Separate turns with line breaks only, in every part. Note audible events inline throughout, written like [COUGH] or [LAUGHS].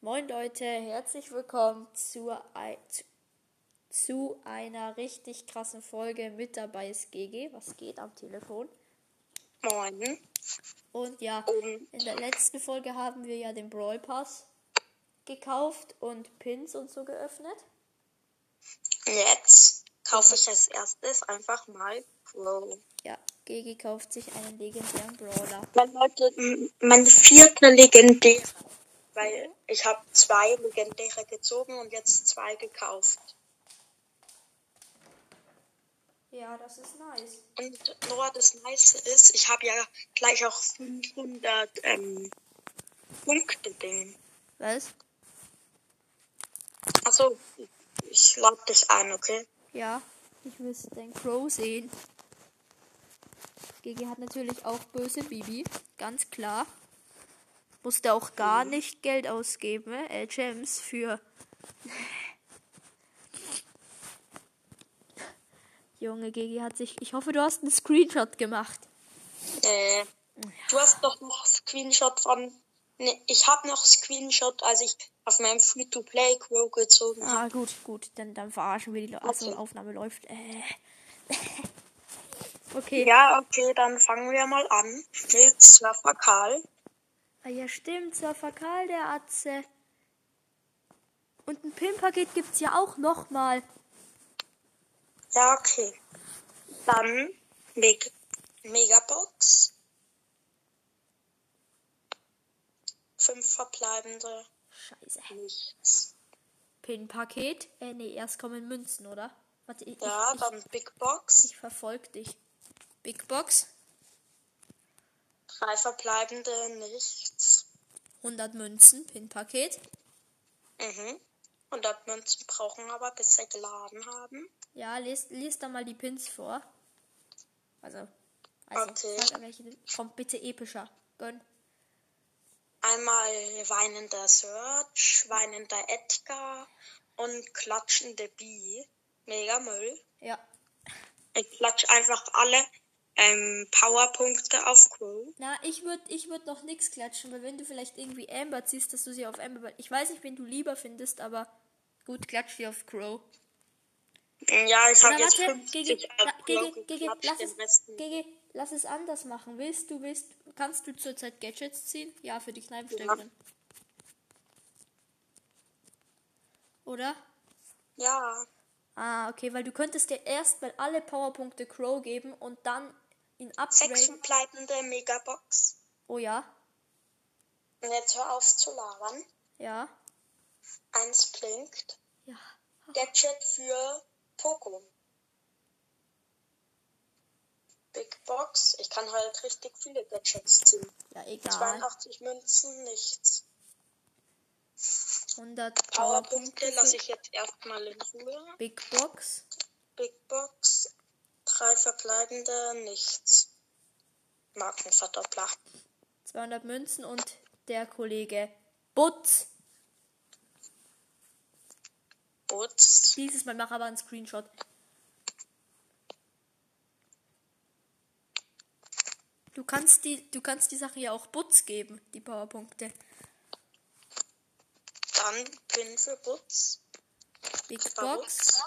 Moin Leute, herzlich willkommen zu, ei- zu, zu einer richtig krassen Folge. Mit dabei ist GG, was geht am Telefon.
Moin.
Und ja,
Und
in der letzten Folge haben wir ja den Brawl Pass gekauft und Pins und so geöffnet.
jetzt kaufe ich als erstes einfach mal Crow.
Ja, GG kauft sich einen legendären Brawler.
Mein, Leute, m- mein vierter legendäre. Weil ich habe zwei legendäre gezogen und jetzt zwei gekauft.
Ja, das ist nice.
Und Noah, das Nice ist, ich habe ja gleich auch 500 ähm, Punkte-Ding.
Was?
Achso, Also, ich lade dich ein, okay?
Ja, ich müsste den Crow sehen. Gigi hat natürlich auch böse Bibi, ganz klar. Musste auch gar nicht Geld ausgeben, äh, Gems für. [LAUGHS] Junge, Gigi hat sich. Ich hoffe, du hast einen Screenshot gemacht.
Äh, du hast doch noch Screenshot von. Ne, ich habe noch Screenshot, als ich auf meinem Free-to-Play Crow gezogen habe.
Ah, gut, gut, dann, dann verarschen wir die Leute. Achso,
Okay.
Aufnahme läuft. Äh. [LAUGHS] okay.
Ja, okay, dann fangen wir mal an mit Surfer Karl.
Ah, ja, stimmt, Surfer Karl, der Atze. Und ein Pin-Paket gibt's ja auch nochmal.
Ja, okay. Dann Meg Megabox. Fünf verbleibende.
Scheiße.
Nichts.
Pin-Paket? Äh, nee, erst kommen Münzen, oder? Warte, ich,
Ja,
ich,
dann Big Box.
ich, ich verfolg dich. Big Box,
Drei verbleibende. Nichts.
100 Münzen, Pin-Paket.
Mhm. 100 Münzen brauchen aber, bis sie geladen haben.
Ja, lest, lest da mal die Pins vor. Also, also,
Okay.
sag, welche, komm, bitte epischer. Gönn.
Einmal weinender Search, weinender Edgar und klatschende Bee. Mega Müll.
Ja.
Ich klatsch einfach alle ähm, Powerpunkte auf Crow.
Na, ich würde ich würd noch nix klatschen, weil wenn du vielleicht irgendwie Amber ziehst, dass du sie auf Amber. Ich weiß nicht, wen du lieber findest, aber gut, klatsch sie auf Crow.
Mm, Ja, ich habe
Na,
jetzt
warte,
50
Gigi,
auf
na,
Crow
Gigi, Gigi,
geklatscht,
lass,
den
es,
Rest nicht.
Gigi, lass es anders machen. Willst du, willst, kannst du zurzeit Gadgets ziehen? Ja, für die Kneipensteigerin. Oder?
Ja,
Ah, okay, weil du könntest dir erstmal alle Powerpunkte Crow geben und dann ihn
sechs
upgraden.
verbleibende Megabox.
Oh ja,
Und jetzt hör auf zu labern.
ja,
Eins blinkt.
ja.
Gadget für Poco. Big Box. Ich kann halt richtig viele Gadgets ziehen.
Ja,
Ah.
egal.
82 Münzen, nichts.
100
Powerpunkte
Powerpunkte.
lasse
für
ich jetzt erstmal in Ruhe.
Big Box.
Big Box, drei verbleibende, nichts. Markenverdoppler.
200 Münzen und der Kollege Butz.
Boots,
Dieses Mal mach aber einen Screenshot. Du kannst die, du kannst die Sache ja auch Butz geben, die Powerpunkte.
dann Pin für Boots.
Big
war
Box,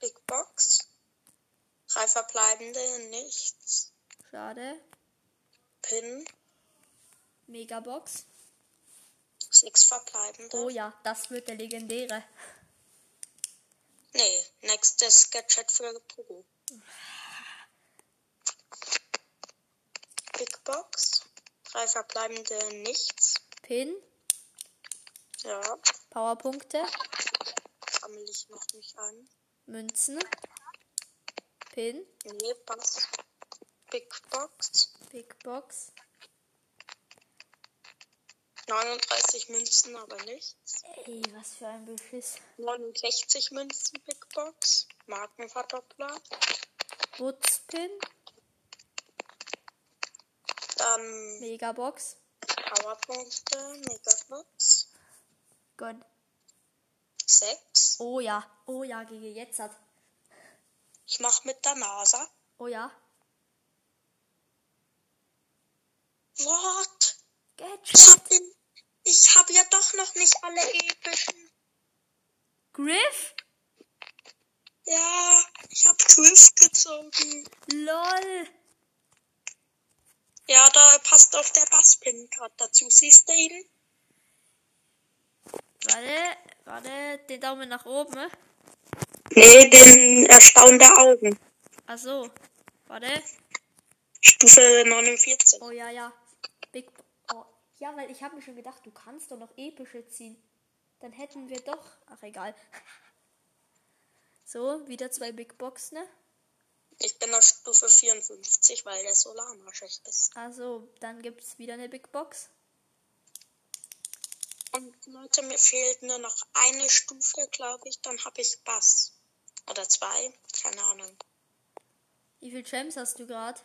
Big Box, drei verbleibende, nichts.
schade.
Pin,
Megabox.
sechs verbleibende.
Oh ja, das wird der legendäre.
Nee, nächstes Gadget für Pogo. Big Box, drei verbleibende, nichts.
Pin,
Ja,
Powerpunkte,
sammle ich noch nicht ein.
Münzen. Pin,
Nee, passt. Big Box.
Big Box.
39 Münzen, aber nichts.
Ey, was für ein Beschiss.
69 Münzen, Big Box. Markenverdoppler.
Butz Pin,
Dann
Megabox.
Powerpunkte, Megabox.
Gönn.
6.
Oh ja, oh ja, Gigi, jetzt hat.
Ich mach mit der NASA.
Oh ja.
What? Ich
Gadget.
hab, in, ich hab noch nicht alle epischen.
Griff?
Ja, ich hab Griff gezogen.
Lol.
Ja, da passt auch der Basspin gerade dazu. Siehst du ihn?
Warte, warte, den Daumen nach oben.
Nee, den Erstaunen der Augen.
Ach so. Warte.
Stufe 49.
Oh ja, ja. Big oh. Ja, weil ich habe mir schon gedacht, du kannst doch noch epische ziehen. Dann hätten wir doch. Ach egal. So, wieder zwei Big Boxen. Ne?
Ich bin auf Stufe 54, weil der Solarma schlecht ist.
Also, dann gibt's wieder eine Big Box.
Und Leute, mir fehlt nur noch eine Stufe, glaube ich. Dann habe ich Bass. Oder zwei. Keine Ahnung.
Wie viel Gems hast du gerade?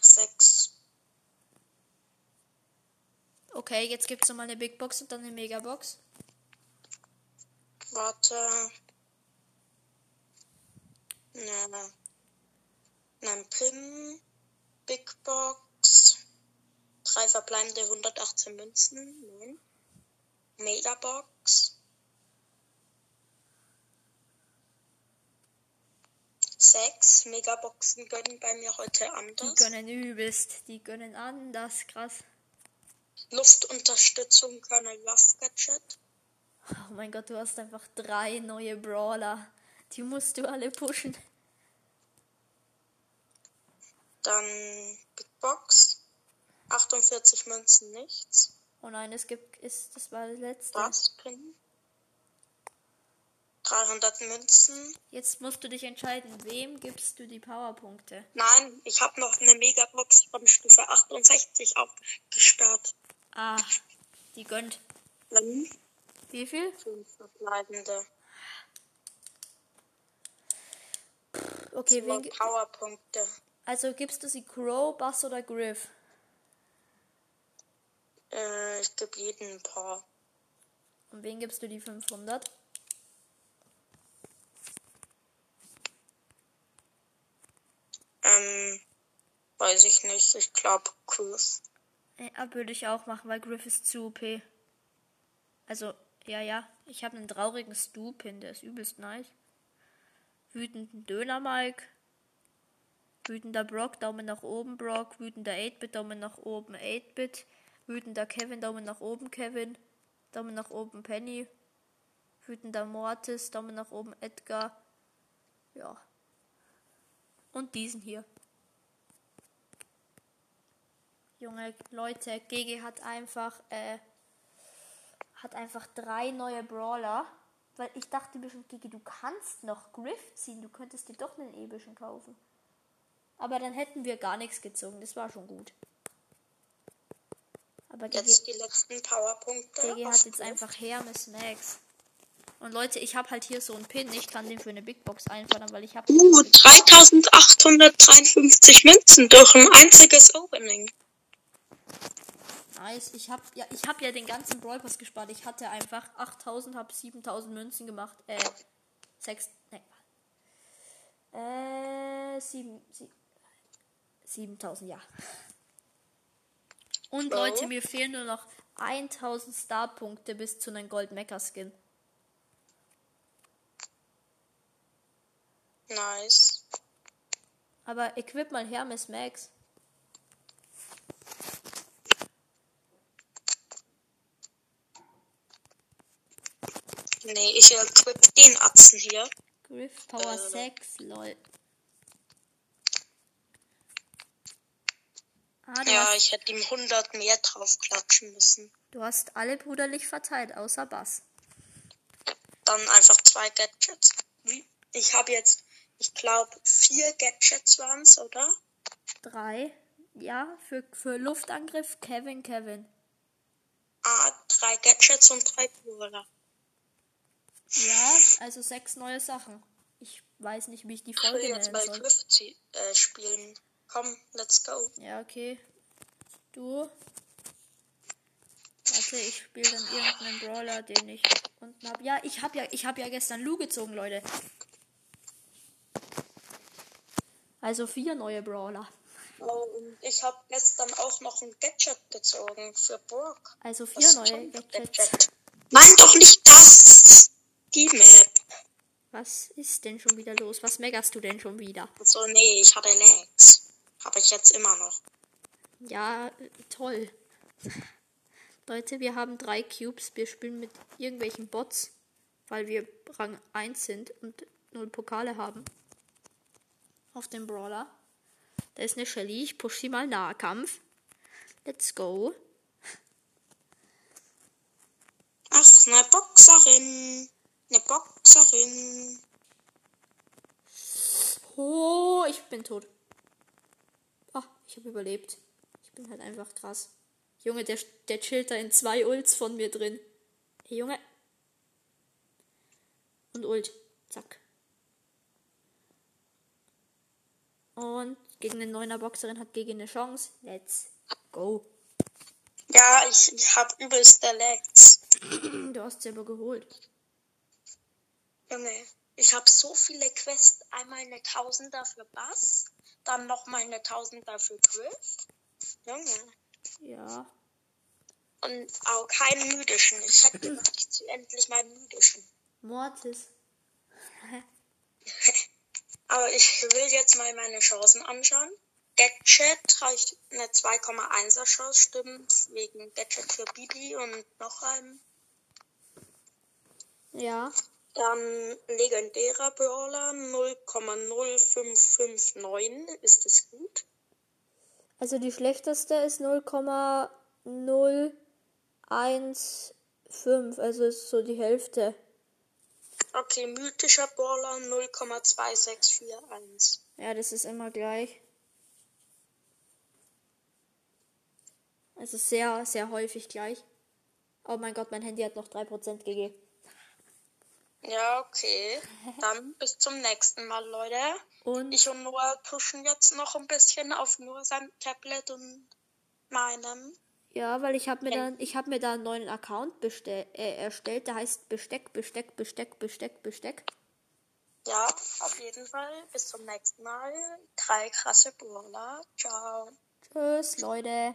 Sechs.
Okay, jetzt gibt's nochmal eine Big Box und dann eine Megabox.
Warte. Ne. Nein, Pim. Big Box. Drei verbleibende 118 Münzen. Nein. Megabox. Sechs Megaboxen gönnen bei mir heute
Die
anders.
gönnen übelst. Die gönnen anders. Krass.
Luftunterstützung Colonel Ruff Gadget.
Oh mein Gott, du hast einfach drei neue Brawler. Die musst du alle pushen.
Dann Big Box. 48 Münzen nichts.
Oh nein, es gibt. Ist, das war das letzte.
Baspin. 300 Münzen.
Jetzt musst du dich entscheiden, wem gibst du die Powerpunkte?
Nein, ich habe noch eine Megabox von Stufe 68 aufgesperrt.
Ah, die gönnt.
Dann
Wie viel?
fünf verbleibende.
Okay, wen,
Zwei
gi-
Powerpunkte.
also gibst du sie Crow, Bass oder Griff?
Äh, ich gebe jeden ein paar.
Und wen gibst du die 500?
Ähm, weiß ich nicht. Ich glaube, Kurs.
Ja, Äh, ah, würde ich auch machen, weil Griff ist zu OP. Also, ja, ja. Ich habe einen traurigen Stu-Pin, der ist übelst nice. Wütenden Döner-Mike. Wütender Brock, Daumen nach oben, Brock. Wütender 8-Bit, Daumen nach oben, 8-Bit. Wütender Kevin, Daumen nach oben, Kevin. Daumen nach oben, Penny. Wütender Mortis, Daumen nach oben, Edgar. Ja. Und diesen hier. Junge Leute, GG hat einfach äh, hat einfach drei neue Brawler, weil ich dachte mir schon, GG, du kannst noch Griff ziehen, du könntest dir doch einen epischen kaufen. Aber dann hätten wir gar nichts gezogen, das war schon gut. Aber
Jetzt
GG,
die letzten Powerpunkte.
GG
auf
hat jetzt
Griff.
einfach Hermes Max. Und Leute, ich habe halt hier so einen Pin, ich kann den für eine Big Box einfordern, weil ich habe
Uh, 3853 Münzen durch ein einziges Opening.
Nice. Ich habe ja, ich hab ja den ganzen Brawl Pass gespart. Ich hatte einfach 8000, habe 7000 Münzen gemacht. Äh, 6. Ne, äh, 7. 7000, ja. Und
Wow.
Leute, mir fehlen nur noch 1000 Star-Punkte bis zu einem Gold-Mecha-Skin.
Nice.
Aber equip mal Hermes Max.
Nee, ich equip den Atzen hier.
Griff Power
Äh.
6, lol. Ah, du,
Ja,
hast,
ich hätte ihm 100 mehr drauf klatschen müssen.
du hast alle bruderlich verteilt, außer Bass.
Dann einfach zwei Gadgets. Wie- Ich habe jetzt, ich glaube, vier Gadgets waren's, oder?
Drei. Ja, für, für Luftangriff Kevin, Kevin.
Ah, drei Gadgets und drei Brawler.
Ja, also sechs neue Sachen. Ich weiß nicht, wie ich die
Ich will
Folge
jetzt
nennen
bei
soll.
Griff zie- äh, spielen. Komm, let's go.
Ja, okay. Du. Warte, ich spiele dann irgendeinen Brawler, den ich unten habe. Ja, ich habe ja, ich hab ja gestern Lu gezogen, Leute. Also vier neue Brawler.
Oh, und ich habe gestern auch noch ein Gadget gezogen für Burg.
Also vier
Das
neue Gadgets.
Gadget. Nein, doch nicht das! Die Map.
Was ist denn schon wieder los? Was meckerst du denn schon wieder?
So, Also, nee, ich hatte Lags. Habe ich jetzt immer noch.
Ja, äh, toll. Leute, wir haben drei Cubes. Wir spielen mit irgendwelchen Bots, weil wir Rang 1 sind und null Pokale haben. Auf dem Brawler. Da ist eine Shelly. Ich push sie mal Nahkampf. Let's go.
Ach, eine Boxerin. Eine Boxerin.
Oh, ich bin tot. Ah, ich habe überlebt. Ich bin halt einfach krass. Junge, der, der chillt da in zwei Ults von mir drin. Hey, Junge. Und Ult. Zack. Und gegen den Neuner Boxerin hat gegen eine Chance. Let's go. [CLEARS THROAT]
Ja, ich, ich habe übelste Lags.
Du hast sie aber geholt.
Junge, ich habe so viele Quests. Einmal eine Tausender für Bass, dann nochmal eine Tausender für Griff. Junge.
Ja.
Und auch keinen Müdischen. Ich [CLEARS THROAT] hätte gedacht, ich zieh endlich meinen Müdischen.
Mortis.
Aber ich will jetzt mal meine Chancen anschauen. Gadget reicht eine 2,1er Chance, stimmt, wegen Gadget für Bibi und noch einem.
Ja.
Dann legendärer Brawler 0,0559, ist das gut?
Also die schlechteste ist 0,015, also ist so die Hälfte.
Okay, mythischer Brawler 0,2641.
Ja, das ist immer gleich. Es ist Also sehr, sehr häufig gleich. Oh mein Gott, mein Handy hat noch 3% gegeben.
Ja, okay. [LAUGHS] Dann bis zum nächsten Mal, Leute.
Und
Ich und Noah pushen jetzt noch ein bisschen auf nur seinem Tablet und meinem.
ja, weil ich habe mir dann, ich habe mir da einen neuen Account bestell, äh, erstellt, der heißt Besteck, Besteck, Besteck, Besteck, Besteck.
Ja, auf jeden Fall. Bis zum nächsten Mal. Drei krasse Brawler. Ciao.
Tschüss, Leute.